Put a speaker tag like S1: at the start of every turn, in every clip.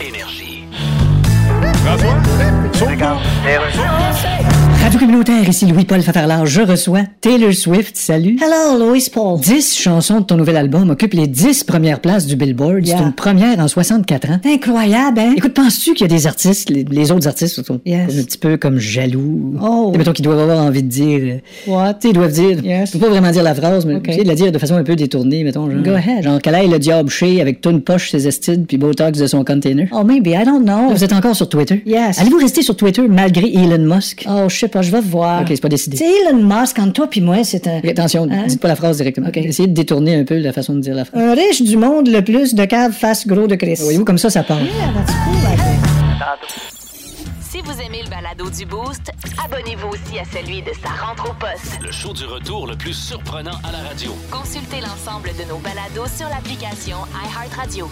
S1: Énergie.
S2: François?
S3: Radio communautaire, ici Louis-Paul Fafarlard. Je reçois Taylor Swift. Salut.
S4: Hello, Louis Paul.
S3: 10 chansons de ton nouvel album occupent les 10 premières places du Billboard.
S4: Yeah.
S3: C'est une première en 64 ans.
S4: Incroyable, hein?
S3: Écoute, penses-tu qu'il y a des artistes, les, les autres artistes sont
S4: Yes.
S3: un petit peu comme jaloux?
S4: Oh.
S3: Et Mettons qu'ils doivent avoir envie de dire... euh,
S4: What?
S3: Tu sais, ils doivent dire...
S4: Yes.
S3: Faut pas vraiment dire la phrase, mais
S4: Ok.
S3: essayer de la dire de façon un peu détournée, mettons. Genre,
S4: Go ahead.
S3: Genre, qu'elle aille le diable chez avec tout une poche, ses estides, puis Botox de son container.
S4: Oh, maybe, I don't know.
S3: Vous êtes encore sur Twitter?
S4: Yes.
S3: Allez-vous rester sur Twitter malgré Elon Musk?
S4: Oh, je sais pas, je vais voir.
S3: OK, c'est pas décidé.
S4: Tu sais, Elon Musk, entre toi puis moi, c'est un...
S3: Ok, Attention,
S4: Hein?
S3: dites pas la phrase directement. Essayez de détourner un peu la façon de dire la phrase. Ah,
S4: Un riche du monde le plus de cave face gros de Christ.
S3: Voyez-vous, comme ça, ça parle.
S4: Yeah, that's cool, I guess.
S5: Si vous aimez le balado du Boost, abonnez-vous aussi à celui de sa rentre au poste.
S1: Le show du retour le plus surprenant à la radio.
S5: Consultez l'ensemble de nos balados sur l'application iHeartRadio.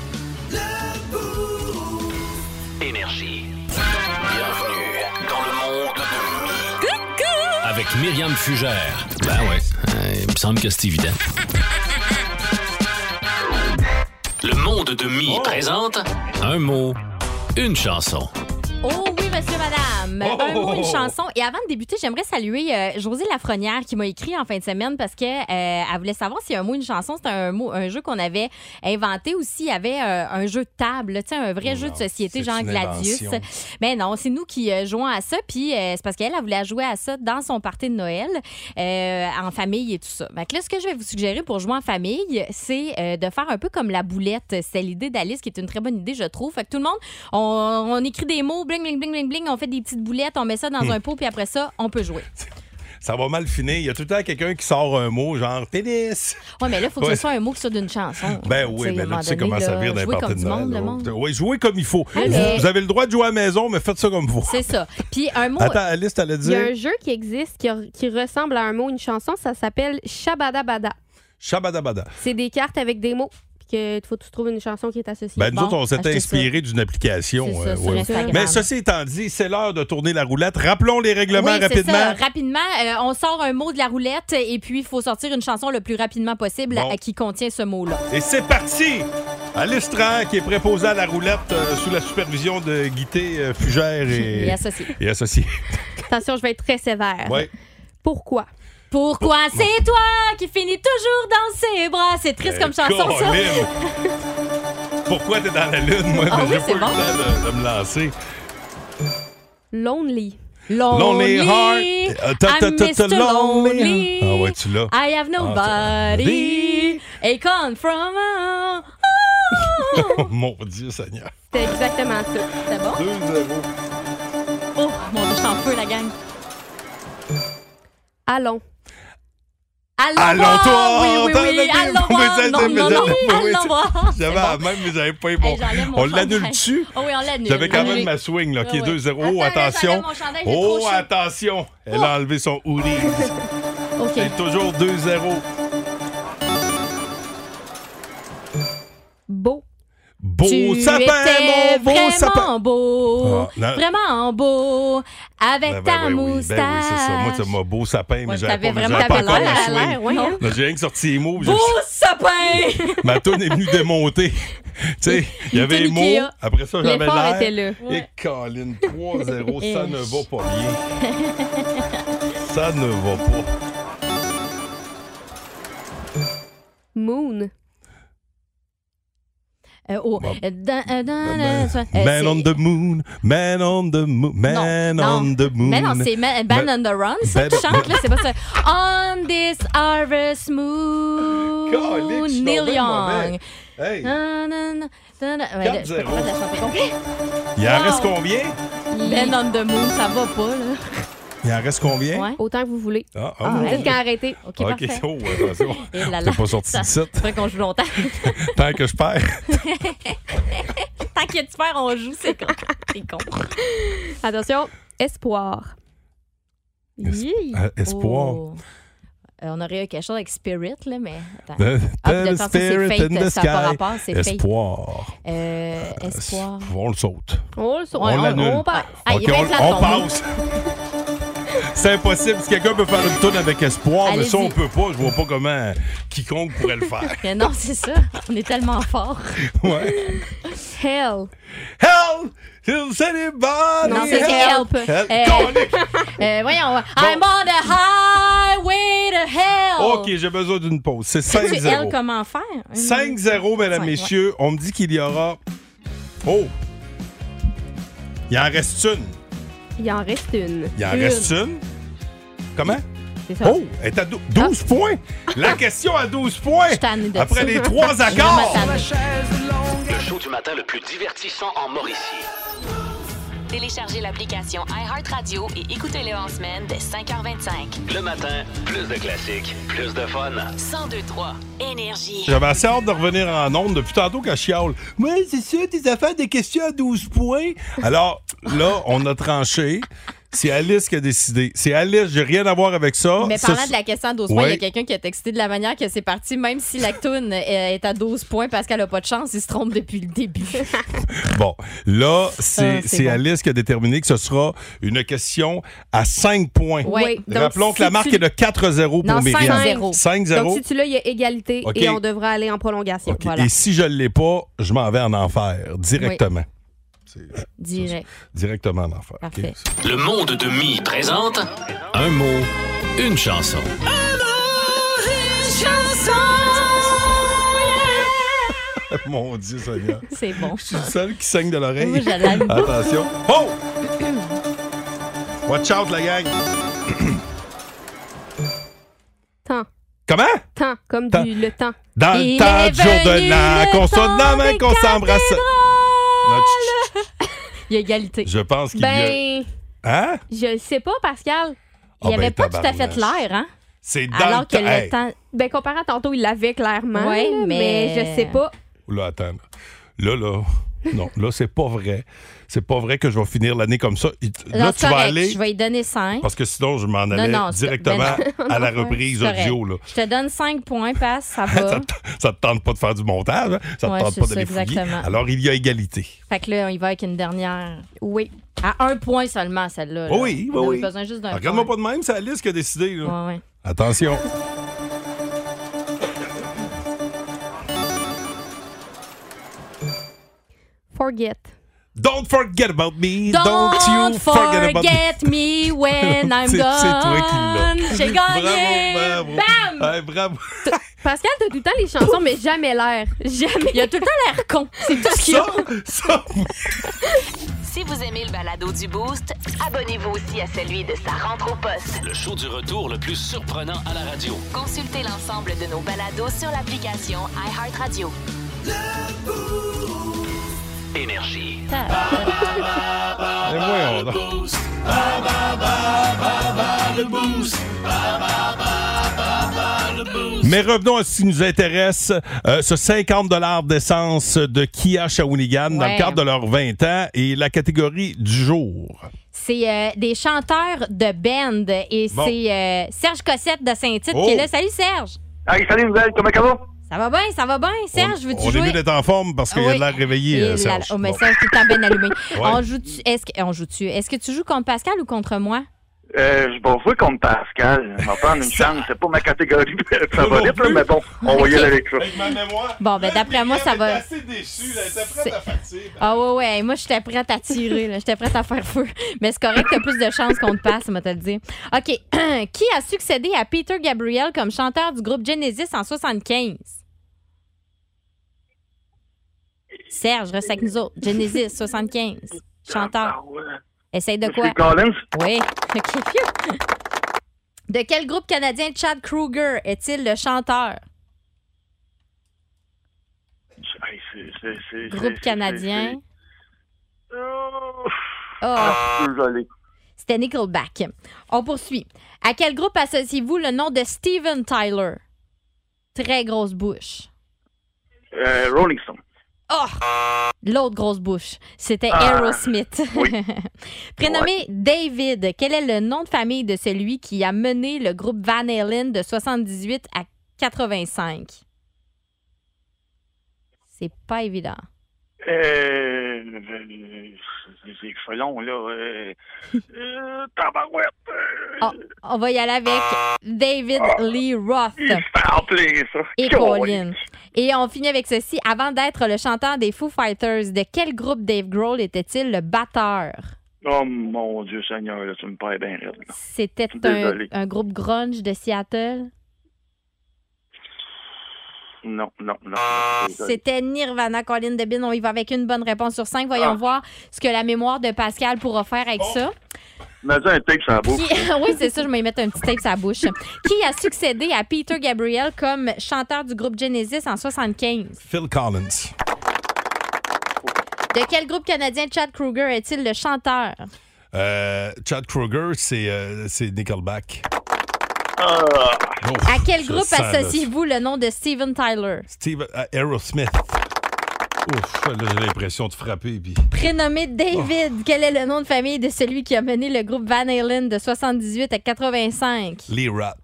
S1: Énergie. Bienvenue dans le monde de Coucou! Avec Myriam Fugère. Ben ouais, euh, il me semble que c'est évident. Le monde de Mi
S6: Oh.
S1: présente un mot, une chanson.
S7: Oh oui, monsieur, madame.
S6: Oh!
S7: Un mot, une chanson. Et avant de débuter, j'aimerais saluer euh, Josée Lafrenière qui m'a écrit en fin de semaine parce que euh, elle voulait savoir si un mot, une chanson, c'était un mot, un jeu qu'on avait inventé ou s'il y avait euh, un jeu de table, là, tu sais, un vrai jeu de société,
S6: Oh c'est
S7: genre
S6: une
S7: Gladius.
S6: invention.
S7: Mais non, c'est nous qui euh, jouons à ça. Puis euh, c'est parce qu'elle, elle voulait jouer à ça dans son party de Noël, euh, en famille et tout ça. Fait que là, ce que je vais vous suggérer pour jouer en famille, c'est euh, de faire un peu comme la boulette. C'est l'idée d'Alice qui est une très bonne idée, je trouve. Fait que tout le monde, on, on écrit des mots, bling, bling, bling, bling, bling, on fait des petites boulettes, on met ça
S6: Hmm.
S7: dans un pot, puis après ça, on peut jouer.
S6: Ça va mal finir. Il y a tout le temps quelqu'un qui sort un mot genre pénis.
S7: Ouais, mais là, il faut que
S6: Ouais.
S7: ce soit un mot qui soit d'une chanson.
S6: Ben
S7: sais,
S6: oui,
S7: à un
S6: ben là,
S7: moment
S6: tu sais
S7: donné,
S6: comment ça
S7: là,
S6: vire d'un
S7: jouer
S6: party
S7: comme
S6: de
S7: du
S6: Noël,
S7: monde, le
S6: là.
S7: monde.
S6: Oui, jouez comme il faut.
S7: Allez.
S6: Vous avez le droit de jouer à la maison, mais faites ça comme vous.
S7: C'est ça. Puis un mot.
S6: Attends, Alice, t'allais
S8: Il y a un
S6: dire
S8: jeu qui existe qui, qui ressemble à un mot, une chanson, ça s'appelle Shabadabada.
S6: Shabadabada.
S8: C'est des cartes avec des mots. Puis que il faut que tu trouves une chanson qui est associée.
S6: Ben, nous
S7: Bon,
S6: autres, on s'était
S7: achetez ça.
S6: inspiré d'une application.
S7: C'est ça,
S6: euh,
S7: sur
S6: ouais.
S7: Instagram.
S6: Mais ceci étant dit, c'est l'heure de tourner la roulette. Rappelons les règlements
S7: Oui, c'est
S6: rapidement.
S7: ça. Rapidement, euh, on sort un mot de la roulette et puis il faut sortir une chanson le plus rapidement possible
S6: Bon.
S7: à- qui contient ce mot-là.
S6: Et c'est parti! Alice Tran, qui est préposée à la roulette euh, sous la supervision de Guité euh, Fugère et,
S7: Et Ah. associé.
S6: et associé.
S8: Attention, je vais être très sévère.
S6: Ouais.
S8: Pourquoi?
S7: Pourquoi c'est toi qui finis toujours dans ses bras? C'est triste comme chanson, ça.
S6: Ben, Eh, Colin! Pourquoi t'es dans la lune, moi?
S7: Ah
S6: mais
S7: oui,
S6: J'ai
S7: c'est
S6: pas eu le
S7: bon.
S6: temps de, de me lancer.
S8: Lonely.
S6: Lonely Heart. Ah, ta- ta-
S7: I'm
S6: ta- ta-
S7: Mr. Lonely.
S6: Ah ouais, tu l'as. Ah,
S7: I have nobody. I come from. a-
S6: Oh, mon Dieu Seigneur.
S8: C'était exactement ça.
S7: C'est bon?
S6: 2-0.
S7: Oh, mon dieu, je suis en feu, la gang.
S8: Allons.
S7: Allons,
S6: Allons-toi!
S7: voir! Oui, oui, oui,
S6: Attends,
S7: allons
S6: mais
S7: voir!
S6: ça,
S7: Non,
S6: ça, mais
S7: non, non,
S6: j'avais- oui,
S7: allons
S6: ça-
S7: voir! C'est
S6: J'avais
S7: bon.
S6: la même, mais j'avais pas eu bon.
S7: Hey, j'enlève mon
S6: on
S7: chandail.
S6: l'annule-tu?
S7: Oh oui, on l'annule.
S6: J'avais quand même
S7: Annulé. Ah
S6: ma swing, là, qui
S7: Ouais,
S6: est
S7: ouais.
S6: 2-0.
S7: Attends, là,
S6: attention.
S7: j'enlève mon chandail, j'ai
S6: Oh,
S7: trop chaud. Oh.
S6: attention. Elle a enlevé son hoodie.
S8: OK.
S6: C'est toujours 2-0.
S8: Beau.
S6: Beau
S7: tu
S6: sapin,
S7: étais
S6: mon beau
S7: vraiment
S6: sapin.
S7: beau,
S6: Ah, non.
S7: vraiment beau, avec
S6: Ben, ben,
S7: ta
S6: oui, oui,
S7: moustache.
S6: Ben oui, c'est ça. Moi, c'est mon beau sapin, mais
S7: Ouais,
S6: j'avais
S7: t'avais
S6: pas, mais
S7: vraiment
S6: j'avais pas encore
S7: t'avais
S6: ma
S7: l'air,
S6: swing.
S8: l'air, ouais, hein?
S6: Là, J'ai rien que sorti les mots. puis
S7: Beau
S6: j'ai-
S7: sapin!
S6: Ma toune est venue démonter. tu sais, il y avait les
S7: toune
S6: mots.
S7: Ikea.
S6: Après ça, j'avais
S8: L'effort
S6: l'air.
S8: était là.
S6: Et Colin, 3-0, ça ne va pas bien. Ça ne va pas.
S8: Moon.
S7: Euh, oh,
S6: Bon.
S7: euh, dan- euh,
S6: Ben,
S7: dan- euh, so- euh,
S6: Man
S7: c'est-
S6: on the moon, man on the moon, man
S7: non.
S6: on the moon.
S7: Mais non, c'est Man, Band
S6: Ben-
S7: on the Run, ça,
S6: Ben-
S7: tu chantes, là, c'est pas ça. On this harvest moon,
S6: Calique, je suis donc
S7: Neil
S6: bien
S7: Young.
S6: mauvais. Hey,
S7: Na, na, na, na, na. Ouais, là, je peux
S6: 4-0.
S7: pas la chanter complète.
S6: il en reste
S7: wow.
S6: combien?
S7: Ben on the moon, ça va pas, là.
S6: Il en reste combien?
S7: Ouais.
S8: Autant que vous voulez.
S6: Ah,
S7: Ah,
S6: mon
S7: ouais.
S8: Dites
S6: Dieu.
S8: quand arrêtez.
S7: OK,
S6: Ok,
S7: parfait.
S6: oh, attention.
S7: Et Eh là,
S6: T'es
S7: là.
S6: pas sorti de
S7: Ça-
S6: site.
S7: Faudrait qu'on joue longtemps.
S6: Tant que je perds.
S7: Tant qu'il y a du fer, on joue, c'est con. C'est con.
S8: Attention. Espoir.
S6: Esp-
S8: Yee.
S6: Euh, Espoir.
S7: Oh. Euh, on aurait eu quelque chose avec Spirit, là, mais. Attends.
S6: The,
S7: Ah, puis
S6: the
S7: de toute façon, c'est
S6: spirit in
S7: fate,
S6: the
S7: ça n'a pas
S6: sky.
S7: rapport, c'est fate.
S6: Espoir.
S7: Euh, espoir.
S6: On le saute.
S8: On le saute.
S6: On l'annule.
S8: On part.
S7: Ah,
S6: Ok,
S7: il est bien
S6: on,
S7: plat,
S6: on
S7: ton
S6: passe. C'est impossible. Si quelqu'un peut faire une tourne avec espoir, mais ça,
S7: Allez-y.
S6: on peut pas. Je vois pas comment euh, quiconque pourrait le faire.
S7: Mais non, c'est ça. On est tellement fort.
S6: Ouais.
S7: Hell.
S6: Help! It's anybody!
S7: Non, c'est help.
S6: Help!
S7: Euh,
S6: Colique!
S7: Euh, voyons. I'm on the highway to hell.
S6: OK, j'ai besoin d'une pause. C'est
S7: Tu sais, elle,
S6: 5-0.
S7: comment faire?
S6: 5-0, mesdames,
S7: Cinq,
S6: messieurs. On me dit qu'il y aura. Oh! Il en reste une.
S8: Il en reste une.
S6: Il en reste une. Comment?
S8: C'est ça.
S6: Oh! Elle est à dou- 12 points! La question à 12 points!
S7: Ah. suis tannée de
S6: Après
S7: ça.
S6: les trois
S7: Je vais
S6: accords!
S7: m'attarder.
S1: Le show du matin le plus divertissant en Mauricie.
S5: Téléchargez l'application iHeartRadio et écoutez-le en semaine dès 5h25.
S1: Le matin, plus de classiques, plus de fun.
S5: 1023 Énergie.
S6: J'avais assez hâte de revenir en onde depuis tantôt qu'elle chiale. Oui, c'est ça, tes affaires, des questions à 12 points. Alors, là, on a tranché. C'est Alice qui a décidé. C'est Alice, j'ai rien à voir avec ça.
S7: Mais
S6: Ah, Ça,
S7: parlant
S6: c'est-
S7: de la question à 12 points, il y
S6: Ouais.
S7: a quelqu'un qui a texté de la manière que c'est parti, même si l'actoune est à 12 points parce qu'elle a pas de chance, il se trompe depuis le début.
S6: Bon, là, c'est
S7: Ah, c'est
S6: c'est
S7: bon.
S6: Alice qui a déterminé que ce sera une question à 5 points.
S7: Ouais.
S8: Donc,
S6: Rappelons que
S8: si
S6: la marque
S8: tu-
S6: est de 4-0
S7: Non,
S6: pour Myriam.
S7: 5-0.
S6: 5-0.
S8: Donc, si tu l'as, il y a égalité
S6: OK.
S8: et on devra aller en prolongation.
S6: OK.
S8: Voilà.
S6: Et si je ne l'ai pas, je m'en vais en enfer, directement.
S7: Direct.
S6: Directement en enfer.
S7: Parfait.
S6: OK.
S1: Le monde de Mi présente un mot, une chanson.
S6: Mon Dieu, Seigneur.
S7: C'est bon.
S6: Je suis le seul qui saigne de
S7: Moi,
S6: l'oreille.
S7: je l'aime.
S6: Attention. Oh! Watch out, la gang.
S8: Temps.
S6: Comment?
S8: Temps. Comme
S6: Temps.
S8: du, le temps.
S6: Dans
S7: Il
S6: le temps
S7: est
S6: du jour de
S7: venu
S6: l'an,
S7: le
S6: qu'on se donne la
S7: temps
S6: main,
S7: des
S6: qu'on s'embrasse. Non, tch, tch, tch.
S7: Il y a égalité.
S6: Je pense qu'il y a...
S8: Ben,
S6: Hein?
S8: je le sais pas, Pascal.
S7: Il n'y
S6: Ah, ben,
S7: avait pas tout à fait
S6: tabarnak.
S7: l'air, hein?
S6: C'est dans
S7: Alors que
S6: temps. Hey.
S7: le temps.
S8: Ben, comparé à tantôt, il l'avait clairement.
S7: Ouais,
S8: là, mais...
S7: mais
S8: je sais pas.
S6: Là, attends. Là, là. Non, là, c'est pas vrai. C'est pas vrai que je vais finir l'année comme ça. Il-
S7: Non,
S6: Là,
S7: c'est
S6: tu vas
S7: correct,
S6: aller.
S7: Je vais y donner 5.
S6: Parce que sinon, je m'en allais
S7: non, c'est-
S6: directement
S7: ben
S6: à la reprise audio. Là.
S7: Je te donne 5 points, passe, ça
S6: Ça,
S7: va.
S6: te, ça te tente pas de faire du montage, hein? ça te
S7: Ouais,
S6: tente
S7: c'est
S6: pas
S7: ça,
S6: d'aller fouiller.
S7: exactement.
S6: Alors, il y a égalité.
S7: fait que là, on y va avec une dernière. Oui. À un point seulement, celle-là. là.
S6: Oui, oui,
S7: On a
S6: oui. Ah,
S7: besoin juste d'un
S6: Regarde-moi
S7: point.
S6: pas de même, c'est Alice qui a décidé. là.
S7: Ouais, ouais.
S6: Attention.
S8: Forget.
S6: Don't forget about me.
S7: Don't,
S6: you forget, about me.
S7: forget me when I'm gone.
S6: C'est- c'est toi qui l'as.
S7: J'ai gagné.
S6: Bravo, bravo.
S7: Bam!
S6: Ouais, bravo.
S8: Pascal, t'as tout le temps les chansons, mais jamais l'air. Jamais.
S7: Il a tout le temps l'air con. C'est tout ce qu'il
S6: Ça,
S7: a.
S6: ça,
S5: Si vous aimez le balado du Boost, abonnez-vous aussi à celui de sa rentre au poste.
S1: Le show du retour le plus surprenant à la radio.
S5: Consultez l'ensemble de nos balados sur l'application iHeartRadio.
S1: Énergie.
S6: Mais voyons donc. Mais revenons à ce qui nous intéresse, euh, ce 50 d'essence de Kia Shawinigan dans
S7: Ouais.
S6: le cadre de leurs 20 ans et la catégorie du jour.
S7: C'est euh, des chanteurs de band et
S6: Bon.
S7: c'est euh, Serge Cossette de Saint-Tite
S6: Oh.
S7: qui est là. Salut Serge.
S9: Hey, salut, vous allez, comment ça va?
S7: Ça va bien, ça va bien. Serge,
S6: on
S7: veux-tu
S6: on est
S7: jouer? Ah
S6: mieux d'être en forme parce qu'il
S7: Oui.
S6: a de l'air réveillé,
S7: Et
S6: euh,
S7: là,
S6: Serge.
S7: oh, mais
S6: Bon.
S7: Serge, tout le temps bien allumé. On
S6: Ouais.
S7: joue-tu? Est-ce que, on joue-tu? Est-ce que tu joues contre Pascal ou contre moi?
S9: Euh, je vais jouer contre Pascal. On va prendre une chance. C'est pas ma catégorie favorite,
S6: Moi
S9: là,
S6: non
S9: mais bon, on va y aller avec ça.
S6: Avec ma mémoire,
S7: Bon, ben, d'après moi, ça
S6: Myriam
S7: va-
S6: est assez déçue, là, elle était prête à partir.
S7: Ah ouais, ouais. Moi, j'étais prête à tirer. là. J'étais prête à faire feu. Mais c'est correct, t'as plus de chances qu'on te passe, moi te le dire. OK. Qui a succédé à Peter Gabriel comme chanteur du groupe Genesis en 75? Serge, reste avec nous autres. Genesis, 75. Chanteur.
S9: Ah, ouais.
S7: Essaye de quoi?
S9: Steve Collins,
S7: Oui. OK. Phew. De quel groupe canadien Chad Kruger est-il le chanteur?
S9: Hey, c'est- c'est- c'est-
S7: Groupe
S9: c'est-
S7: canadien.
S9: c'est- Oh,
S7: Oh,
S9: désolé.
S7: c'était Nickelback. On poursuit. À quel groupe associez-vous le nom de Steven Tyler? Très grosse bouche.
S9: Euh, Rolling Stone.
S7: Oh! L'autre grosse bouche. C'était
S9: Ah,
S7: Aerosmith.
S9: oui.
S7: Prénommé David, quel est le nom de famille de celui qui a mené le groupe Van Halen de 78 à 85? C'est pas évident.
S9: Euh, euh, c'est c'est long, là. Euh, euh, tabarouette. euh,
S7: Oh, on va y aller avec David
S9: Ah,
S7: Lee Roth.
S9: C'est en plein, ça.
S7: Et
S9: Colin.
S7: Colin. Et on finit avec ceci. Avant d'être le chanteur des Foo Fighters, de quel groupe Dave Grohl était-il le batteur?
S9: Oh mon Dieu Seigneur, là, tu me perds bien raide. là.
S7: C'était un,
S9: Désolé.
S7: un groupe grunge de Seattle.
S9: Non, non, non. désolé.
S7: C'était Nirvana, Colin Debin. On y va avec une bonne réponse sur cinq. Voyons
S9: Ah. Oh,
S7: voir ce que la mémoire de Pascal pourra faire avec ça.
S9: Mais dis un texte à la bouche.
S7: Qui- oui, c'est ça, je vais y mettre un petit tape sur la bouche. Qui a succédé à Peter Gabriel comme chanteur du groupe Genesis en 75?
S6: Phil Collins.
S7: De quel groupe canadien Chad Kruger est-il le chanteur?
S6: Euh, Chad Kruger, c'est euh, c'est Nickelback.
S9: Ah,
S6: Oh,
S7: Euh, À quel
S6: je
S7: groupe
S6: sens, là,
S7: associez-vous le nom de Steven Tyler?
S6: Steve euh, Aerosmith. Ouf, là, j'ai l'impression de frapper. Puis...
S7: Prénommé David,
S6: Oh.
S7: quel est le nom de famille de celui qui a mené le groupe Van Halen de 78 à 85?
S6: Les Rats.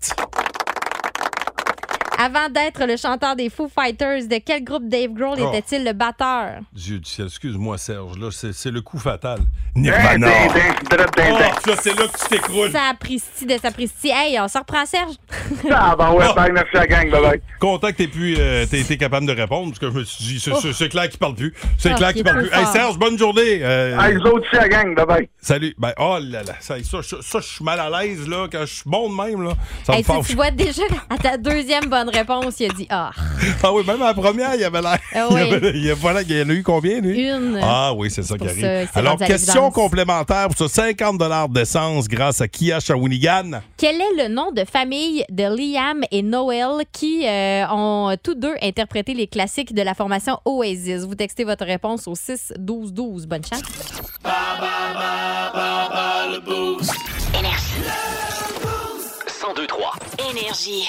S7: Avant d'être le chanteur des Foo Fighters, de quel groupe Dave Grohl
S6: Oh.
S7: était-il le batteur?
S6: Dieu du ciel, excuse-moi, Serge. Là, c'est c'est le coup fatal.
S9: ding,
S6: Nirvana.
S9: ding, ding, drop, ding,
S6: Oh,
S9: ding.
S6: là, c'est là que tu t'écroules.
S7: Sapristi de Sapristi. Hey, on se reprend, Serge?
S9: Ah, ben ouais,
S6: Oh.
S9: bye, merci à la gang, bye bye.
S6: Content que t'aies pu, euh, t'aies été capable de répondre, parce que je me suis dit, c'est- c'est c'est clair qu'il parle plus. C'est
S9: Ah,
S7: Oh,
S6: clair qu'il
S7: il est
S6: parle plus.
S7: trop
S6: Hey
S7: fort.
S6: Serge, bonne journée. Euh,
S9: Hey, les autres aussi à la gang, bye bye.
S6: salut. Ben, oh là là, ça, ça, ça, ça, je suis mal à l'aise, là, quand je suis bon de même, là. Ça
S7: Hey,
S6: me
S7: tu,
S6: fâche.
S7: tu vois déjà à ta deuxième bonne réponse, il a dit Ah,
S6: Ah oui, même à la première, il y avait l'air.
S7: Ah
S6: il y
S7: oui.
S6: avait- il y a, voilà, il y en a eu combien, lui?
S7: une.
S6: Ah oui, c'est ça qui
S7: pour
S6: arrive.
S7: ça, c'est
S6: Alors,
S7: rendu à
S6: question
S7: l'évidence.
S6: complémentaire pour ce 50 d'essence grâce à Kia Shawinigan.
S7: Quel est le nom de famille de Liam et Noel qui euh, ont tous deux interprété les classiques de la formation Oasis? Vous textez votre réponse au 6 12 12. Bonne chance.
S5: Énergie. 1023 Énergie.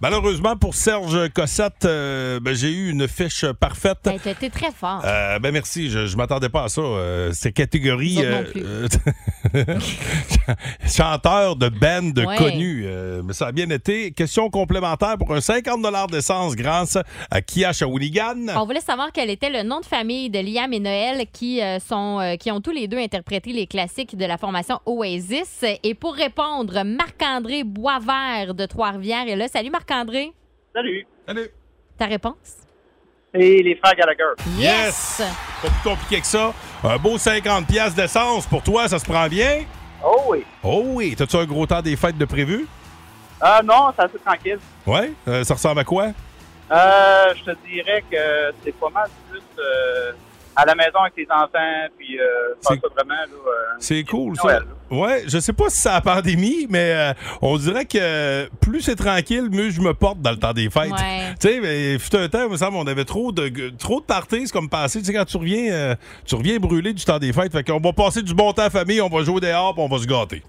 S6: Malheureusement, pour Serge Cossette, euh, ben, j'ai eu une fiche parfaite.
S7: Hey, t'as été très fort.
S6: Euh, ben merci, je, je m'attendais pas à ça. Euh, c'est catégorie
S7: Nous autres
S6: euh,
S7: non plus.
S6: euh, chanteur de band
S7: Ouais.
S6: connu. Euh, mais ça a bien été. Question complémentaire pour un 50 d'essence grâce à Kia Shawinigan.
S7: On voulait savoir quel était le nom de famille de Liam et Noël qui, euh, sont, euh, qui ont tous les deux interprété les classiques de la formation Oasis. Et pour répondre, Marc-André Boisvert de Trois-Rivières est là. Salut Marc-André.
S10: Salut.
S6: Allez.
S7: Ta réponse?
S10: Et les frères Gallagher.
S6: Yes! Pas plus compliqué que ça. Un beau 50 pièces d'essence pour toi, ça se prend bien.
S10: Oh oui.
S6: Oh oui, t'as-tu un gros temps des fêtes de prévu?
S10: Euh, non, c'est assez tranquille.
S6: Ouais, Euh, ça ressemble à quoi?
S10: Euh, je te dirais que c'est pas mal plus euh, à la maison avec tes enfants, puis euh, faire
S6: C'est-
S10: ça vraiment. Là, euh,
S6: C'est cool, ça.
S10: Noël.
S6: Ouais, je sais pas si c'est la pandémie, mais euh, on dirait que euh, plus c'est tranquille, mieux je me porte dans le temps des fêtes.
S7: Ouais.
S6: Tu sais, mais il fut un temps, il me semble, on avait trop de trop de parties, c'est comme passé. Tu sais, quand tu reviens, euh, tu reviens brûlé du temps des fêtes, fait qu'on va passer du bon temps en famille, on va jouer dehors, puis on va se gâter.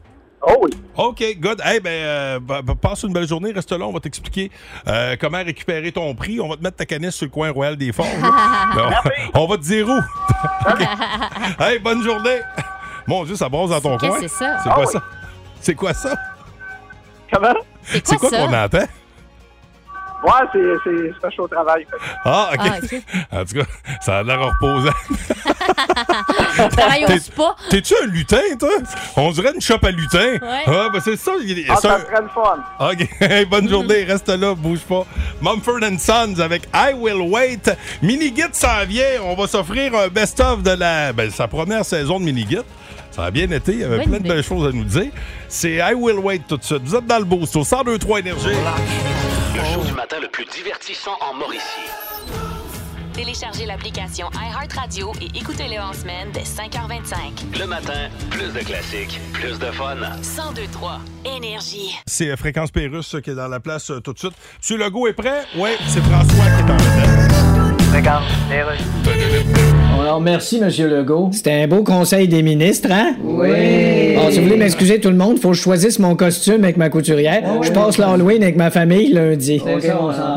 S10: Oh oui.
S6: OK, good. Eh ben, euh, bah, bah, passe une belle journée. Reste là, on va t'expliquer euh, comment récupérer ton prix. On va te mettre ta canisse sur le coin royal des forges. là. Ben, on, on va te dire où. OK. Hey, bonne journée. Mon Dieu, ça brasse dans ton
S7: Qu'est-ce
S6: coin.
S7: que c'est ça?
S10: Ah
S6: C'est quoi ça? C'est quoi ça?
S10: Comment?
S7: C'est quoi,
S6: C'est quoi
S7: ça?
S6: qu'on entend?
S10: Ouais, c'est, c'est, c'est pas chaud au travail. fait que-
S6: Ah, OK.
S7: Ah, ok.
S6: En tout cas, ça a l'air reposant.
S7: Travaille au
S6: T'es-
S7: spa.
S6: T'es-tu un lutin, toi? On dirait une chope à lutin.
S7: Ouais.
S6: Ah, ben c'est ça. il-
S10: Ah,
S6: c'est un-
S10: ça serait le fun.
S6: OK. Hey, bonne journée. Reste là, bouge pas. Mumford and Sons avec I Will Wait. Minigit s'en vient. On va s'offrir un best-of de la, ben, sa première saison de Minigit. Ça a bien été. Il y avait
S7: Bonne
S6: plein de
S7: idée.
S6: belles choses à nous dire. C'est I Will Wait tout de suite. Vous êtes dans le boost au 102-3 Énergie.
S1: Le show du matin le plus divertissant en Mauricie.
S5: Téléchargez l'application iHeartRadio et écoutez-le en semaine dès 5h25.
S1: Le matin, plus de classiques, plus de fun.
S5: 1023 Énergie.
S6: C'est euh, Fréquence Pérusse qui est dans la place euh, tout de suite. Monsieur Legault est prêt? Oui, c'est François qui est en retard.
S10: Regarde, les rues. On
S11: Alors, merci, Monsieur Legault.
S3: C'était un beau conseil des ministres, hein?
S11: Oui.
S3: Bon, si vous voulez m'excuser tout le monde, faut que je choisisse mon costume avec ma couturière. je passe l'Halloween avec ma famille lundi.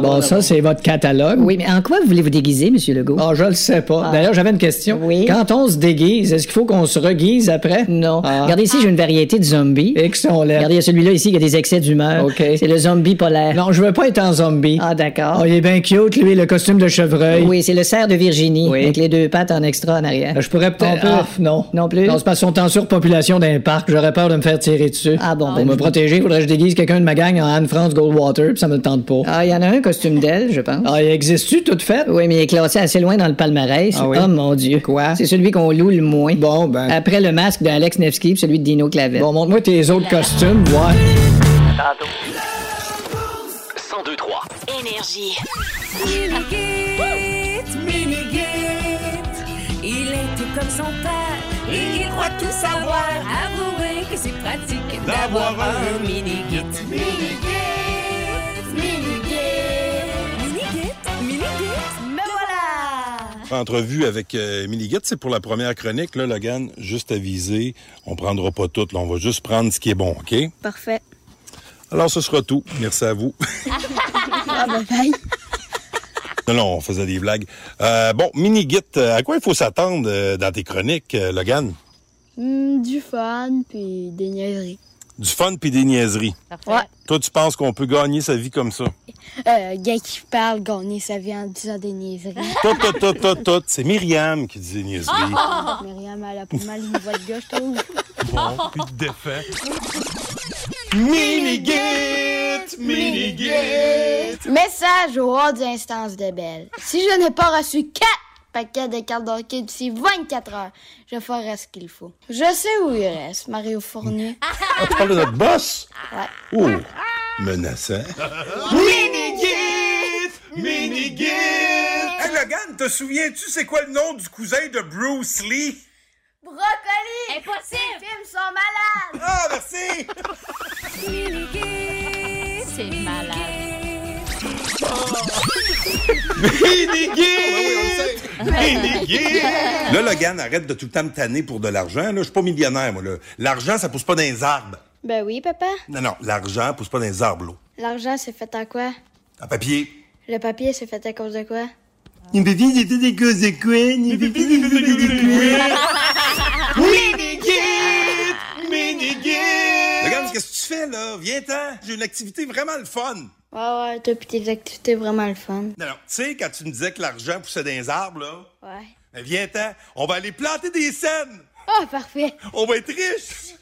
S3: bon, ça, c'est votre catalogue.
S12: Oui, mais en quoi voulez-vous déguiser, Monsieur Legault?
S3: Ah, je le sais pas.
S12: Ah.
S3: D'ailleurs, j'avais une question.
S12: Oui.
S3: Quand on se déguise, est-ce qu'il faut qu'on se reguise après? Ah.
S12: Non. Regardez ici, j'ai une variété de zombies. Regardez, il y a celui-là ici qui a des excès d'humeur. C'est le zombie polaire.
S3: Non, je veux pas être en zombie.
S12: Ah, d'accord.
S3: Oh, il est bien cute, lui, le costume de chevreuil.
S12: Oui, c'est le cerf de Virginie, avec les deux pattes en extra en arrière.
S3: Je pourrais peut-être.
S12: Euh, peut-
S3: Ah, non.
S12: Non plus.
S3: Non, c'est parce qu'on est en surpopulation d'un parc. J'aurais peur de me faire tirer dessus.
S12: Ah bon,
S3: Pour
S12: ben,
S3: me
S12: je-
S3: protéger, faudrait que je déguise quelqu'un de ma gang en Anne-France Goldwater, puis ça me le tente pas.
S12: Ah, il y en a un costume d'elle, je pense.
S3: Ah, il existe-tu, toute faite?
S12: Oui, mais il est classé assez loin dans le palmarès.
S3: Ah oui?
S12: Oh mon Dieu.
S3: Quoi?
S12: C'est celui qu'on loue le moins.
S3: Bon, ben.
S12: Après le masque d'Alex Nevsky et celui de Dino Clavel.
S3: Bon, montre-moi tes autres costumes, voir.
S5: 102 3. Énergie.
S13: Minigit, Minigit, il est tout comme son père, il croit tout savoir. Avouez que c'est pratique d'avoir un Minigit. Minigit, Minigit, Minigit, Minigit, me voilà!
S6: Entrevue avec euh, Émilie Guette, c'est pour la première chronique, là, Logan, juste aviser, on prendra pas tout, là, on va juste prendre ce qui est bon, OK?
S14: Parfait.
S6: Alors, ce sera tout. Merci à vous.
S14: Ah, ben, bye.
S6: non, non, on faisait des blagues. Euh, bon, mini guide, à quoi il faut s'attendre euh, dans tes chroniques, euh, Logan?
S14: Hmm, du fun, puis des niaiseries.
S6: Du fun puis des niaiseries.
S14: Ouais.
S6: Toi, tu penses qu'on peut gagner sa vie comme ça?
S14: Euh, gars qui parle, gagner sa vie en disant des niaiseries.
S6: Tout, tout, tout, tout, tout. C'est Myriam qui dit des niaiseries.
S14: Myriam, elle a pas mal une voix de gars, je trouve.
S6: Bon, puis te défait. Minigit, minigit.
S14: Message au hors des instances de Belle. Si je n'ai pas reçu 4 paquets de cartes d'orchid d'ici 24 heures, je ferai ce qu'il faut. Je sais où il reste, Mario Fournier.
S6: Ah, tu parles de notre boss?
S14: Ouais.
S6: Oh, menaçant.
S15: Minigit! Minigit! Hey Logan, te souviens-tu c'est quoi le nom du cousin de Bruce Lee?
S14: Brocoli! Impossible! Les films sont malades!
S15: Ah, merci!
S7: C'est malade.
S15: Minigit! Minigit!
S6: Là, Logan, arrête de tout le temps me tanner pour de l'argent. là. Je suis pas millionnaire, moi. là. L'argent, ça pousse pas dans les arbres.
S14: Ben oui, papa.
S6: Non, non, l'argent pousse pas dans les arbres, là.
S14: L'argent, c'est fait en quoi?
S6: En papier.
S14: Le papier, c'est fait à cause de quoi?
S6: des causes de
S15: Minigit! Minigit!
S6: Regarde, qu'est-ce que tu fais, là? Viens-t'en. J'ai une activité vraiment le fun. Non,
S14: Ouais, ouais, toi pis tes activités vraiment le fun.
S6: non, tu sais, quand tu me disais que l'argent poussait dans les arbres, là,
S14: Ouais.
S6: ben viens-t'en. On va aller planter des scènes.
S14: Ah, parfait.
S6: On va être riches.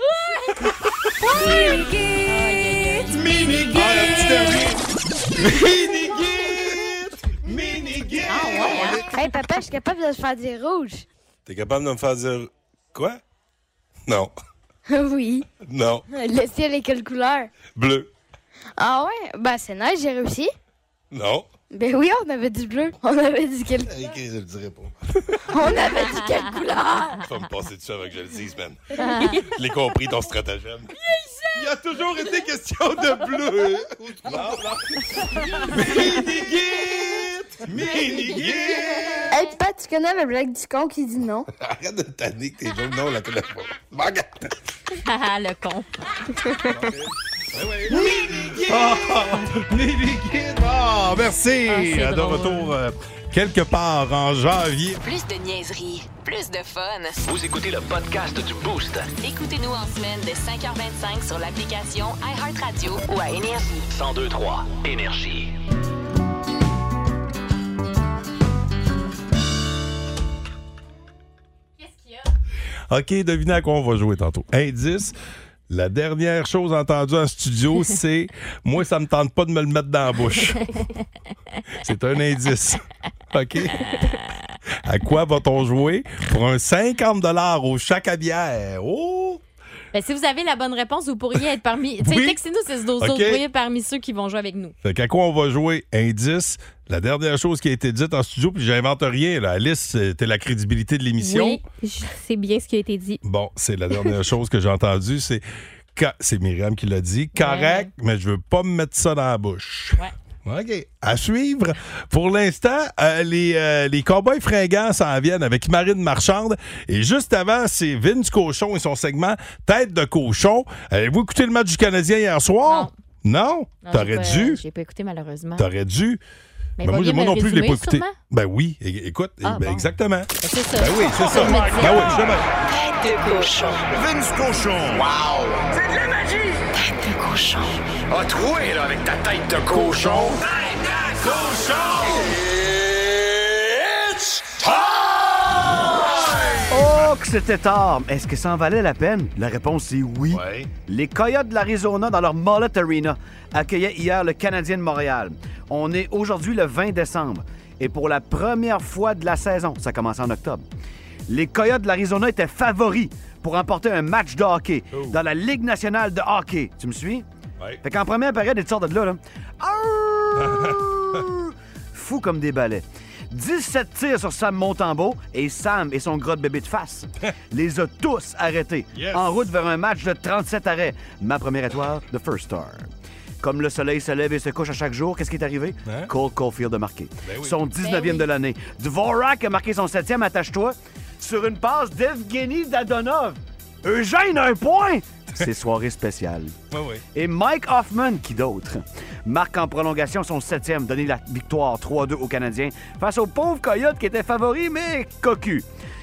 S15: Minigit! Minigit! Ah, la petite Minigit! Minigit!
S14: Ah, hein? Hey, papa, je suis capable de te faire des rouges.
S6: T'es capable de me faire dire quoi? Non,
S14: oui.
S6: non,
S14: Le ciel est quelle couleur?
S6: bleu,
S14: Ah ouais? Ben, c'est nice, j'ai réussi.
S6: non.
S14: Ben oui, on avait du bleu. On avait dit quelle...
S6: Ok, je le dirai pas. Ah,
S14: On avait dit quelle couleur?
S6: Tu vas me passer dessus avant que je le dise, man. Je l'ai compris, ton stratagème. Il a toujours été question de bleu. Non, Minigit! Minigit!
S14: Hey, papa, tu connais la blague du con qui dit non?
S6: Arrête de tanner que t'es jaune. Non, on la connaît pas. Regarde.
S7: Ah, le con.
S6: Ah, merci.
S5: Ah, c'est
S6: de
S5: drôle.
S6: retour euh, quelque part en janvier.
S5: Plus de niaiserie, plus de fun.
S1: Vous écoutez le podcast du Boost.
S5: Écoutez-nous en semaine de 5h25 sur l'application iHeartRadio ou à Énergie.
S1: 1023 Énergie.
S6: OK, devinez à quoi on va jouer tantôt. Indice. La dernière chose entendue en studio, c'est moi, ça me tente pas de me le mettre dans la bouche. C'est un indice. OK? À quoi va-t-on jouer pour un 50 au chac à bière? Oh!
S7: Ben, si vous avez la bonne réponse, vous pourriez être parmi. Tu sais,
S6: Oui.
S7: Textez-nous, c'est ce dos
S6: Ok.
S7: Vous pourriez être parmi ceux qui vont jouer avec nous.
S6: Fait qu'à quoi on va jouer? Indice. La dernière chose qui a été dite en studio, puis j'invente rien. Là. Alice, euh, t'es la crédibilité de l'émission.
S8: Oui, je sais bien ce qui a été dit.
S6: Bon, c'est la dernière chose que j'ai entendue, c'est ca- c'est Myriam qui l'a dit. Correct, mais je veux pas me mettre ça dans la bouche.
S7: Ouais.
S6: OK. À suivre. Pour l'instant, euh, les, euh, les Cowboys fringants s'en viennent avec Marine Marchande. Et juste avant, c'est Vince Cochon et son segment Tête de cochon. Avez-vous écouté le match du Canadien hier soir? Non?
S7: Non, j'ai
S6: T'aurais
S7: pas-
S6: dû.
S7: J'ai pas écouté, malheureusement.
S6: T'aurais dû.
S7: Hein? Mais
S6: Ben
S7: va
S6: moi,
S7: bien
S6: moi
S7: me
S6: non plus, je l'ai pas
S7: résumer,
S6: écouté.
S7: sûrement?
S6: Ben oui, é- écoute,
S7: Ah,
S6: ben
S7: bon.
S6: exactement.
S7: C'est ça.
S6: Ben oui, c'est ça.
S7: Je me disais.
S6: Ben oui, justement.
S13: Tête de cochon. Vince cochon. Wow. C'est de la magie. Tête de cochon.
S1: Ah, troué, là, avec ta tête de cochon.
S13: Tête de cochon. It's
S16: Oh, que c'était tard! Est-ce que ça en valait la peine? La réponse est oui. Les Coyotes de l'Arizona, dans leur Mullet Arena, accueillaient hier le Canadien de Montréal. On est aujourd'hui le 20 décembre. Et pour la première fois de la saison, ça commence en octobre, les Coyotes de l'Arizona étaient favoris pour remporter un match de hockey
S1: Oh.
S16: dans la Ligue nationale de hockey. Tu me suis?
S6: Ouais.
S16: Fait qu'en première période, ils te sortent de là, là. Arrrr! Fou comme des balais. 17 tirs sur Sam Montembeau et Sam et son gros de bébé de face les a tous arrêtés
S17: Yes.
S16: en route vers un match de 37 arrêts. Ma première étoile, The First Star. Comme le soleil se lève et se couche à chaque jour, qu'est-ce qui est arrivé? Cole Caulfield a marqué. Son 19e de l'année. Dvorak a marqué son 7e, attache-toi, sur une passe d'Evgeny Dadonov. Eugène, un point! C'est soirée spéciale.
S6: Ouais, ouais.
S16: Et Mike Hoffman, qui d'autre, marque en prolongation son septième, donné la victoire 3-2 aux Canadiens face aux pauvres Coyotes qui étaient favoris, mais cocu.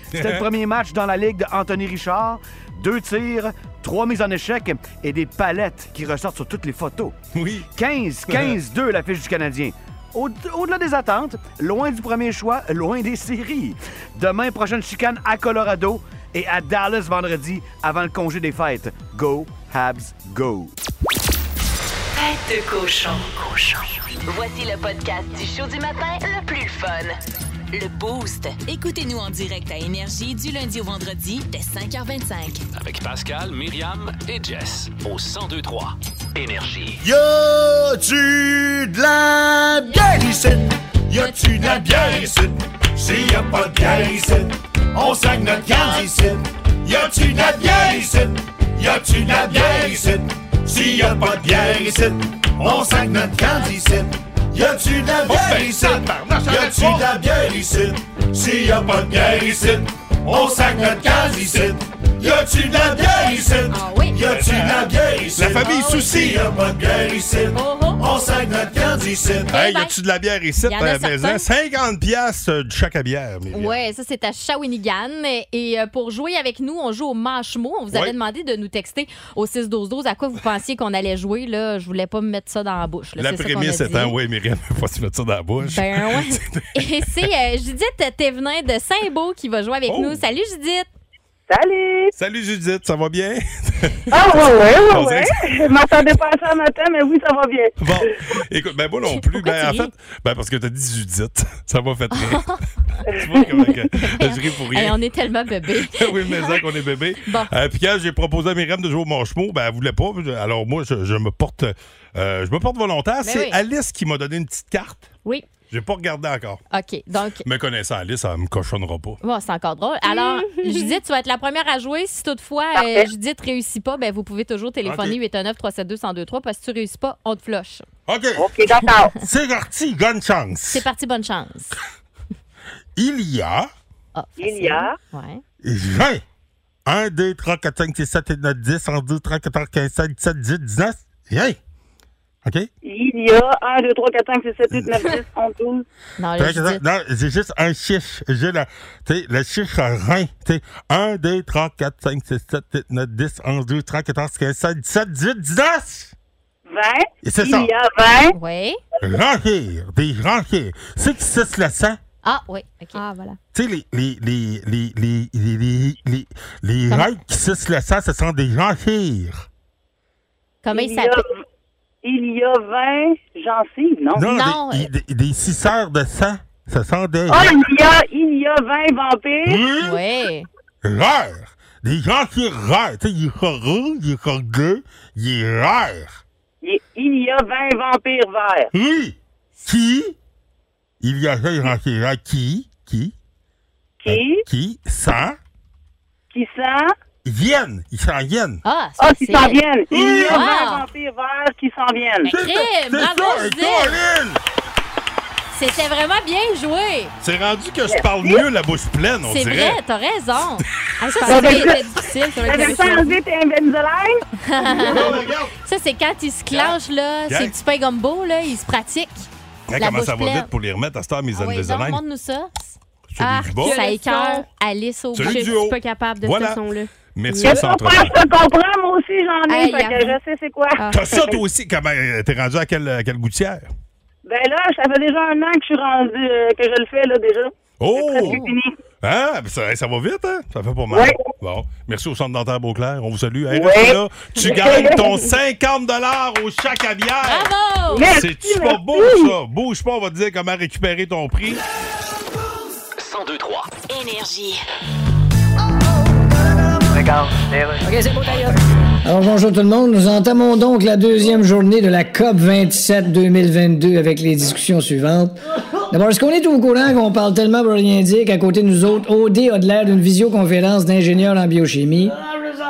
S16: C'était le premier match dans la ligue de Anthony Richard. Deux tirs, trois mises en échec et des palettes qui ressortent sur toutes les photos.
S6: Oui.
S16: 15-15-2 la fiche du Canadien. Au- Au-delà des attentes, loin du premier choix, loin des séries. Demain, prochaine chicane à Colorado et à Dallas vendredi avant le congé des fêtes. Go, Habs, go.
S5: Tête de cochon. cochon. Voici le podcast du show du matin le plus fun. Le Boost.
S18: Écoutez-nous en direct à Énergie du lundi au vendredi dès 5h25.
S1: Avec Pascal, Myriam et Jess au 1023 Énergie.
S13: Y a-tu de la bière ici? Y a-tu de la bière ici? S'il y a pas de bière ici, on sac notre garde ici. Y a-tu de la bière ici? Y a-tu de la bière ici? S'il y a pas de bière ici, on sac notre garde ici. Y a-tu de la bière ici? Y a-tu de la bière ici? S'il y a pas de bière ici, on sac notre garde ici. Y a-tu de la bière ici? Y a-tu de la bière ici?
S6: La famille Souci.
S13: S'il y a pas de bière ici, on sac notre garde ici.
S6: Hey, y a-tu de la bière ici
S7: Y en
S6: à la
S7: Uh-huh. a
S6: maison?
S7: certains.
S6: 50 piastres euh, de chaque à bière, Myriam.
S7: Ouais, ça c'est à Shawinigan. Et euh, pour jouer avec nous, on joue au manchemot. On vous
S6: Ouais.
S7: avait demandé de nous texter au 6 12 12 à quoi vous pensiez qu'on allait jouer. Là, je voulais pas me mettre ça dans la bouche. là.
S6: La
S7: C'est ça qu'on a
S6: prémisse
S7: dit.
S6: étant, oui, Myriam, faut pas se mettre ça dans la bouche.
S7: Ben ouais. Et c'est euh, Judith Thévenin de Saint-Beau qui va jouer avec
S6: Oh.
S7: nous. Salut Judith!
S19: Salut!
S6: Salut Judith, ça va bien?
S19: Ah ouais, ouais,
S6: On
S19: ouais,
S6: dirait
S19: ouais.
S6: que
S19: Je m'attendais pas à ça un matin, mais oui, ça va bien.
S6: Bon, écoute, ben moi non plus. ben en
S19: tu
S6: fait, ben parce que t'as dit Judith. Ça m'a fait rire. tu vois comment que je ris pour
S7: Hey,
S6: rien.
S7: on est tellement bébé.
S6: oui, mais ça qu'on est bébé.
S7: Bon.
S6: Euh, Puis quand j'ai proposé à Myriam de jouer au manchemot, ben elle voulait pas. Alors moi, je, je me porte euh, je me porte volontaire.
S7: Mais
S6: C'est
S7: Ben oui.
S6: Alice qui m'a donné une petite carte.
S7: Oui.
S6: J'ai pas regardé encore.
S7: OK. Donc,
S6: Me connaissant Alice, elle me cochonnera pas.
S7: bon, c'est encore drôle. Alors, Judith, tu vas être la première à jouer. Si toutefois euh, Judith réussit pas, ben, vous pouvez toujours téléphoner
S6: Ok.
S7: 819 372 1023 parce que si tu réussis pas, on te flush.
S6: OK.
S19: OK, d'accord.
S6: C'est parti, bonne chance.
S7: C'est parti, bonne chance.
S6: Il y a
S19: Il y a.
S7: Ouais.
S6: 20. 1, 2, 3, 4, 5, 6, 7, 8, 9, 10, 11, 12, 13, 14, 15, 16, 17, 18, 19. Hey! OK?
S19: Il y a 1, 2, 3, 4, 5, 6, 7, 8, 9, 10, 11, 12.
S7: Non,
S6: T'as- t'as- non, j'ai juste un chiffre. J'ai la, tu sais, le chiffre 20. Tu sais, 1, 2, 3, 4, 5, 6, 7, 8, 9, 10, 11, 12, 13, 14, 15, 16, 17, 18, 19!
S19: 20.
S6: Et c'est
S19: Il
S6: ça.
S19: y a 20.
S7: Oui.
S6: Ranger! Des rangers! Ceux qui sucent le sang,
S7: Ah, oui. OK. Ah, voilà.
S6: tu sais, les, les, les, les, les, les, les, les, les
S7: Comment?
S6: règles qui sucent le sang, ce sont des rangers!
S7: Comment
S19: il
S7: il
S19: y a-
S7: s'appelle?
S19: Il y a 20 gencives, non?
S6: Non, des, des, des suceurs de sang, ce sont
S7: euh,
S6: des
S19: Ah, il y a, il y a 20 vampires.
S7: Oui.
S6: rares. Des gens qui rares. Tu sais, il est rouge, il est rugueux, il est rare.
S19: Il, il y a 20 vampires verts.
S6: Oui. Qui? Il y a des gens qui rares. Qui? Qui?
S19: Qui?
S6: Qui? Sans?
S19: Qui sont?
S6: Yen. Ils s'en viennent.
S7: Ah,
S19: Ah, qui s'en viennent!
S6: Wow.
S19: Il y a un vampire vert qui s'en viennent!
S7: Ben, crime, bravo,
S6: ça,
S7: Gisèle.
S6: Colin!
S7: C'était vraiment bien joué.
S6: C'est rendu que je parle mieux la bouche pleine, on
S7: C'est
S6: dirait.
S7: vrai, t'as raison. Ah, je
S19: Ça,
S7: pensais
S19: c'est-
S7: que c'était difficile. ça aurait été
S19: T'avais le temps
S7: difficile.
S19: d'enlever tes Invisalign?
S7: Ça, c'est quand ils se clenchent, là,
S6: Gang.
S7: ces petits pains gumbo, là, ils se pratiquent.
S6: Hey,
S7: La
S6: Hein, comment
S7: bouche
S6: ça va
S7: pleine.
S6: vite pour les remettre à cette heure, mes
S7: Ah oui, donc,
S6: Invisalign?
S7: montre-nous ça.
S6: Celui du bas.
S7: ça écœure Alice au
S6: Celui
S7: chip.
S6: du
S7: Je suis
S6: haut.
S7: pas capable de
S6: Voilà.
S7: ce son-là.
S6: Merci,
S7: Oui.
S6: on s'entretient.
S19: Je comprends, moi aussi, j'en ai,
S7: Hey,
S19: fait que
S7: Yann.
S19: je sais c'est quoi.
S7: Ah.
S6: T'as ça, toi aussi? Comment, euh, t'es rendu à quelle, à quelle gouttière?
S19: Ben là, ça fait déjà un an que je suis rendue, euh, que je le fais, là, déjà.
S6: Oh!
S19: C'est fini.
S6: Hein? Ben, Ça, ça va vite, hein? Ça fait pas mal.
S19: Ouais.
S6: Bon. Merci au Centre dentaire Beauclair. On vous salue. Hey,
S19: Ouais.
S6: reste là. Tu gagnes ton 50 au chat caviar.
S7: Bravo!
S6: C'est-tu pas beau, ça? Bouge pas, on va te dire comment récupérer ton prix.
S18: 1023 Énergie.
S12: OK, c'est beau, ta gueule.
S3: Alors bonjour tout le monde, nous entamons donc la deuxième journée de la COP 27 2022 avec les discussions suivantes. D'abord, est-ce qu'on est au courant qu'on parle tellement pour rien dire qu'à côté de nous autres, OD a de l'air d'une visioconférence d'ingénieurs en biochimie?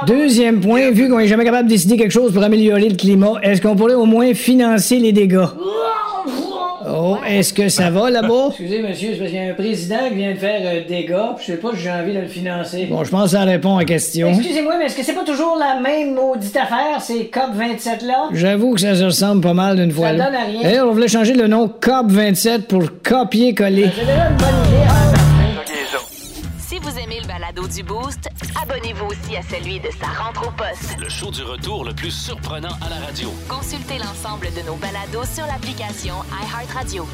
S3: Deuxième point, vu qu'on est jamais capable de décider quelque chose pour améliorer le climat, est-ce qu'on pourrait au moins financer les dégâts? Oh, est-ce que ça va là-bas?
S12: Excusez, monsieur, c'est parce qu'il y a un président qui vient de faire euh, des gars, puis je sais pas si j'ai envie de le financer.
S3: Bon, je pense que ça répond à la question.
S12: Excusez-moi, mais est-ce que c'est pas toujours la même maudite affaire, ces COP27-là?
S3: J'avoue que ça se ressemble pas mal d'une fois. là.
S12: donne à rien.
S3: D'ailleurs, on voulait changer le nom COP27 pour copier-coller.
S5: Si vous aimez le balado du Boost, abonnez-vous aussi à celui de sa rentre au poste.
S1: Le show du retour le plus surprenant à la radio.
S5: Consultez l'ensemble de nos balados sur l'application iHeartRadio.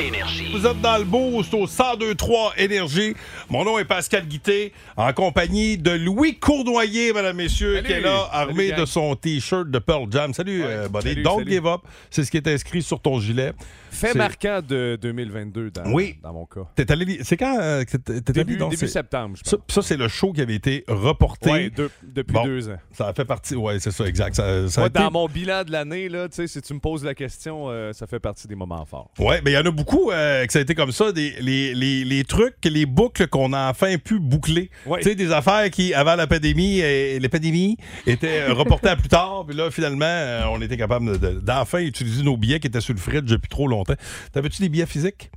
S1: Énergie.
S6: Vous êtes dans le boost au 1023 Énergie. Mon nom est Pascal Guité, en compagnie de Louis Cournoyer, mesdames, messieurs,
S15: Salut.
S6: qui est là,
S15: Salut,
S6: armé
S15: gang.
S6: de son T-shirt de Pearl Jam. Salut, euh, buddy.
S15: salut,
S6: Don't
S15: salut.
S6: give up. C'est ce qui est inscrit sur ton gilet.
S15: Fait
S6: C'est-
S15: marquant de 2022 dans,
S6: Oui.
S15: dans mon cas.
S6: T'es allé. C'est quand euh, que t'es t'es allé
S15: Début-
S6: dans
S15: début
S6: ces-
S15: septembre, je
S6: Ça, ça, c'est le show qui avait été reporté.
S15: Ouais, deux- depuis
S6: Bon,
S15: deux ans.
S6: Ça a fait partie. Ouais, c'est ça, exact. Ça, ça a
S15: Moi,
S6: été-
S15: dans mon bilan de l'année, là, tu sais, si tu me poses la question, euh, ça fait partie des moments forts.
S6: Ouais, mais il y en a beaucoup euh, que ça a été comme ça, des, les, les, les trucs, les boucles qu'on a enfin pu boucler.
S15: Ouais.
S6: Tu sais, des affaires qui, avant la pandémie, euh, l'épidémie, étaient euh, reportées à plus tard. Puis là, finalement, euh, on était capable de- d'enfin utiliser nos billets qui étaient sur le fridge depuis trop longtemps. T'avais-tu des billets physiques?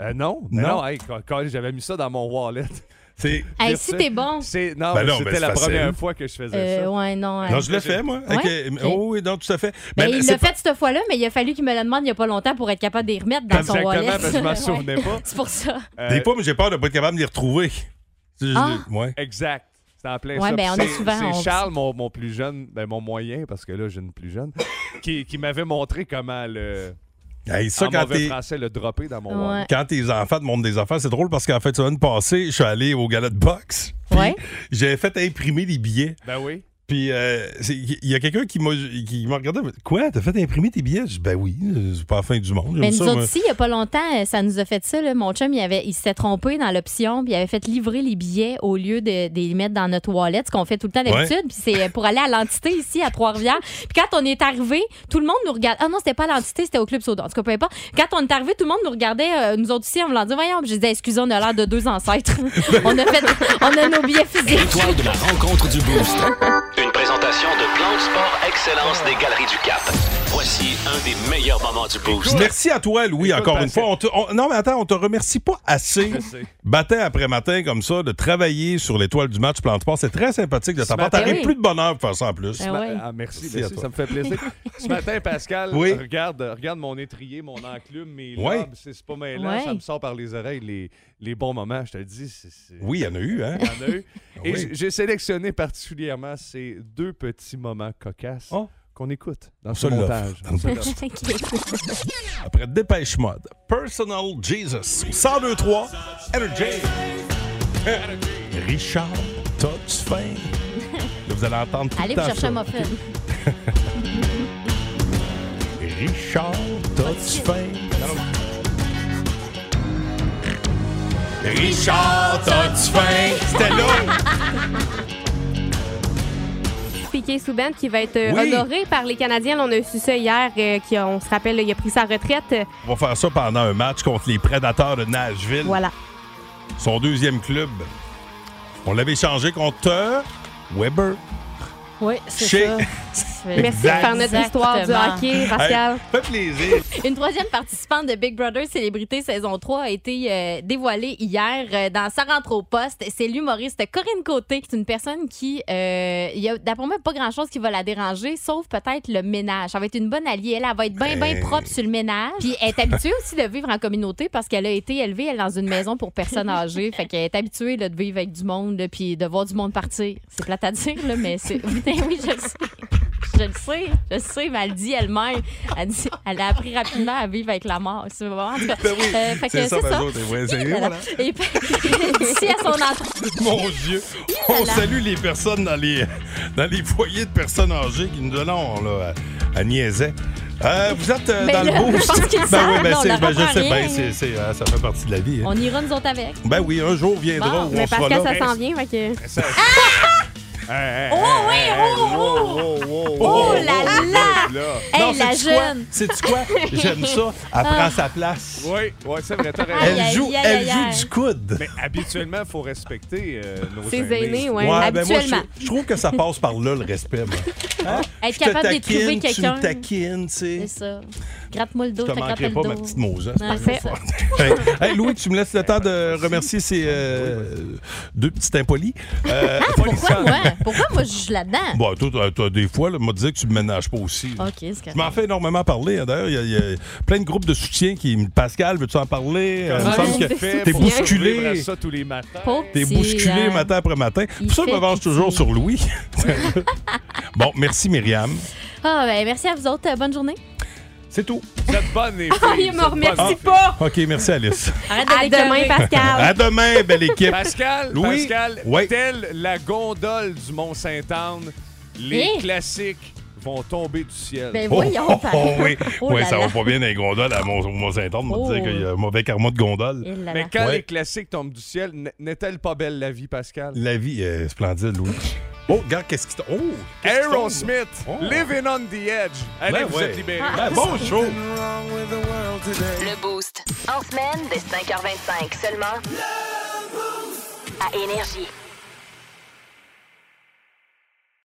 S15: Euh, non, Mais Non, hey, quand, quand j'avais mis ça dans mon wallet.
S6: C'est.
S7: Hey, si t'es bon.
S15: C'est, euh, non,
S6: Ben non, ben,
S15: c'était
S6: c'est
S15: la
S6: facile.
S15: première fois que je faisais
S7: Euh,
S15: ça.
S7: ouais, non.
S6: Non,
S7: hein.
S6: je l'ai fait, moi.
S7: Ouais?
S6: Avec-
S7: Ok.
S6: Oh, oui, non, tout à fait.
S7: Ben,
S6: Mais
S7: il
S6: c'est
S7: l'a
S6: pas-
S7: fait cette fois-là, mais il a fallu qu'il me le demande il n'y a pas longtemps pour être capable de les remettre dans son
S6: Exactement,
S7: wallet.
S6: parce que je m'en souvenais
S7: Ouais.
S6: pas.
S7: C'est pour ça.
S6: Des fois, mais j'ai peur de pas être capable de les retrouver. C'est juste-
S7: Ah.
S6: ouais.
S15: Exact. C'est en plein
S7: Ouais,
S15: ça.
S7: ben, on
S15: Puis
S7: a
S15: c'est-
S7: souvent-
S15: C'est
S7: on-
S15: Charles, mon, mon plus jeune, ben, mon moyen, parce que là, j'ai une plus jeune, qui, qui m'avait montré comment le.
S6: Hey, ça,
S15: en
S6: quand
S15: mauvais
S6: t'es-
S15: français, le dropper dans mon wallet.
S6: Quand tes enfants te montrent des affaires, c'est drôle parce qu'en fait, semaine passée, je suis allé au gala de boxe. puis
S15: Ouais.
S6: J'ai fait imprimer des billets.
S15: Ben oui.
S6: Puis euh, c'est- il y a quelqu'un qui m'a qui m'a regardé. Quoi, t'as fait imprimer tes billets? Je dis, ben oui, euh, c'est pas la fin du monde. j'aime
S7: Mais nous
S6: ça,
S7: autres,
S6: moi.
S7: ici, il n'y a pas longtemps, euh, ça nous a fait ça. là. Mon chum, il, avait, il s'était trompé dans l'option, puis il avait fait livrer les billets au lieu de, de les mettre dans notre wallet, ce qu'on fait tout le temps d'habitude.
S17: Ouais.
S7: Puis c'est euh, pour aller à l'entité ici, à Trois-Rivières. Puis quand on est arrivé, tout le monde nous regarde. Ah non, c'était pas à l'entité, c'était au Club Soda. En tout cas, peu importe. Quand on est arrivé, tout le monde nous regardait, euh, nous autres ici, on me l'a dit, voyons, Puis j'ai dit, excusez, on a l'air de deux ancêtres. on, a fait, on a nos billets physiques.
S1: L'étoile de la rencontre du Boost. Une présentation de Plan de Sport Excellence des Galeries du Cap. Voici un des meilleurs moments du Boost.
S6: Merci à toi, Louis, encore une
S1: Pascal.
S6: fois. On te- on- non, mais attends, on te remercie pas assez,
S15: ben, Je sais.
S6: matin après matin, comme ça, de travailler sur l'étoile du match plan de sport. C'est très sympathique de ta part.
S15: matin-
S6: T'arrives
S15: Oui.
S6: plus de bonheur pour faire ça en plus.
S7: Ben
S15: Ce ma- ah, merci,
S6: Merci
S15: merci,
S6: à toi.
S15: ça me fait plaisir. Ce matin, Pascal,
S6: Oui.
S15: regarde, regarde mon étrier, mon enclume, mes
S6: Ouais.
S15: lobes, c'est c'est pas mêlant,
S6: Ouais.
S15: ça me sort par les oreilles, les, les bons moments, je te le dis. c'est- c'est-
S6: Oui, il y en a eu, hein?
S15: Il y en a eu. Et
S6: Oui.
S15: j- j'ai sélectionné particulièrement ces deux petits moments cocasses
S6: Ah.
S15: qu'on écoute dans ce
S6: On se l'offre.
S15: montage.
S6: On se l'offre. Après Dépêche Mode, Personal Jesus, 1023, Energy. Richard, t'as-tu faim? Là, vous allez entendre tout
S7: Allez vous
S6: le temps
S7: chercher
S6: ça.
S7: un muffin.
S6: Richard, t'as-tu faim? Non, non. Richard, t'as-tu faim? C'était là!
S8: Piqué Souban qui va être euh,
S6: Oui.
S8: honoré par les Canadiens. Là, on a su ça hier, euh, qui a- on se rappelle, là, il a pris sa retraite. Euh,
S6: On va faire ça pendant un match contre les Prédateurs de Nashville.
S8: Voilà.
S6: Son deuxième club. On l'avait changé contre euh, Weber.
S7: Oui,
S6: c'est Chez- ça.
S7: Merci de faire notre histoire du hockey, Pascal.
S6: Hey, fait plaisir.
S7: Une troisième participante de Big Brother Célébrité saison 3 a été euh, dévoilée hier euh, dans Sa rentre au poste. C'est l'humoriste Corinne Côté. C'est une personne qui, euh, il y a d'après moi, pas grand-chose qui va la déranger, sauf peut-être le ménage. Ça va être une bonne alliée. Elle, elle va être bien, bien
S8: Hey.
S7: propre sur le ménage. Puis elle est habituée aussi de vivre en communauté parce qu'elle a été élevée, elle, dans une maison pour personnes âgées. Fait qu'elle est habituée là, de vivre avec du monde, là, puis de voir du monde partir. C'est plate à dire, là, mais c'est... Putain, oui, je le sais. Je le sais, je le sais, mais elle le dit elle-même. Elle, dit- elle a appris rapidement à vivre avec la mort. C'est vraiment. en tout cas, euh, fait que
S6: C'est ça,
S7: c'est
S6: ben, autres, ouais, c'est-
S7: Et voilà.
S6: voilà.
S7: Et puis, ici, à son entrée.
S6: Mon euh, Dieu! On salue les personnes dans les, dans les foyers de personnes âgées qui nous donnent là, à, à niaiser. Euh, vous êtes euh,
S7: Mais
S6: dans
S7: là,
S6: le
S7: je
S6: boost.
S7: pense qu'ils le
S6: ben oui,
S7: savent,
S6: ben,
S7: là, on
S6: c'est-
S7: leur
S6: ben, je
S7: apprend
S6: sais
S7: rien.
S6: bien, c'est- c'est, euh, ça fait partie de la vie. hein.
S7: On ira nous autres avec.
S6: Ben oui, un jour
S7: Bon.
S6: viendra où
S8: Mais
S6: on sera
S8: Pascal,
S6: là.
S8: ça s'en vient. fait que-
S6: Oh
S7: oui,
S6: oh, oh,
S8: Oh là là!
S13: Hey,
S6: Non,
S13: la
S6: sais-tu quoi?
S13: jeune!
S6: Sais-tu quoi? J'aime ça. Elle prend
S17: Ah.
S6: sa place.
S17: Oui, oui, c'est vrai, t'as raison.
S6: Elle joue, elle joue du coude.
S17: Mais habituellement, il faut respecter euh, nos
S7: Ses
S17: aînés.
S7: aînés, ouais.
S6: Ouais, ben moi,
S7: Habituellement.
S6: je, je trouve que ça passe par là, le respect. moi.
S7: Être
S6: Je Hein? te
S7: capable de
S6: taquine,
S7: trouver
S6: tu me
S7: quelqu'un.
S6: taquines, tu sais.
S7: C'est ça. Gratte-moi le
S6: Je
S7: dos,
S6: te
S7: t'as gratté
S6: manquerai
S7: le
S6: pas
S7: dos.
S6: ma petite Mose. hein.
S7: Non, c'est ça.
S6: Hey, hey, Louis, tu me laisses le temps de remercier ces euh, deux petites impolis. Euh,
S7: Ah, pourquoi moi? Pourquoi moi je suis là-dedans?
S6: Bon, toi, t'as- t'as des fois, là, m'a dit que tu me ménages pas aussi.
S7: OK, c'est
S6: Je m'en
S7: correct.
S6: fais énormément parler. hein. D'ailleurs, il y a- il y, a plein de groupes de soutien qui. Pascal, veux-tu en parler? Euh, il me
S17: Comment
S6: semble
S17: il
S6: que
S17: fait
S6: t'es
S17: pour
S6: bousculé.
S17: survivre à ça tous les matins.
S7: Pauvre
S6: T'es
S7: petit,
S6: bousculé
S7: hein.
S6: matin après matin.
S7: Il
S6: Pour ça, je me
S7: fait
S6: venge toujours sur Louis. bon, merci Myriam.
S7: Ah, ben merci à vous autres. Euh, Bonne journée.
S6: C'est tout.
S17: Vous êtes bonnes, les
S7: Ah,
S17: filles,
S7: il me
S17: vous êtes
S7: remercie
S17: bonnes.
S7: pas!
S6: OK, merci Alice.
S7: Arrête de décorer.
S6: À demain, belle équipe.
S17: Pascal,
S6: Louis,
S17: Pascal,
S6: ouais.
S17: telle la gondole du Mont-Saint-Anne, les
S7: Eh?
S17: classiques vont tomber du ciel.
S7: Ben voyons,
S6: oh,
S7: Pascal.
S6: oh, oui,
S7: Oh
S6: Oui,
S7: là
S6: ça va
S7: là.
S6: pas bien dans les gondoles à Mont- au Mont-Saint-Anne. On
S7: Oh.
S6: me disait qu'il y a un mauvais karma de gondole.
S7: Il
S17: Mais quand
S6: Ouais.
S17: les classiques tombent du ciel, n- n'est-elle pas belle la vie, Pascal?
S6: La vie est splendide, Louis. Oh, regarde, qu'est-ce qui t- Oh! qu'est-ce qui tombe, là?
S17: Aerosmith,
S6: Oh.
S17: Living on the Edge. Allez,
S6: Ben
S17: vous
S6: ouais.
S17: êtes libérés.
S6: Ben, bon show.
S5: Le Boost. En semaine, dès 5h25 seulement. À Énergie.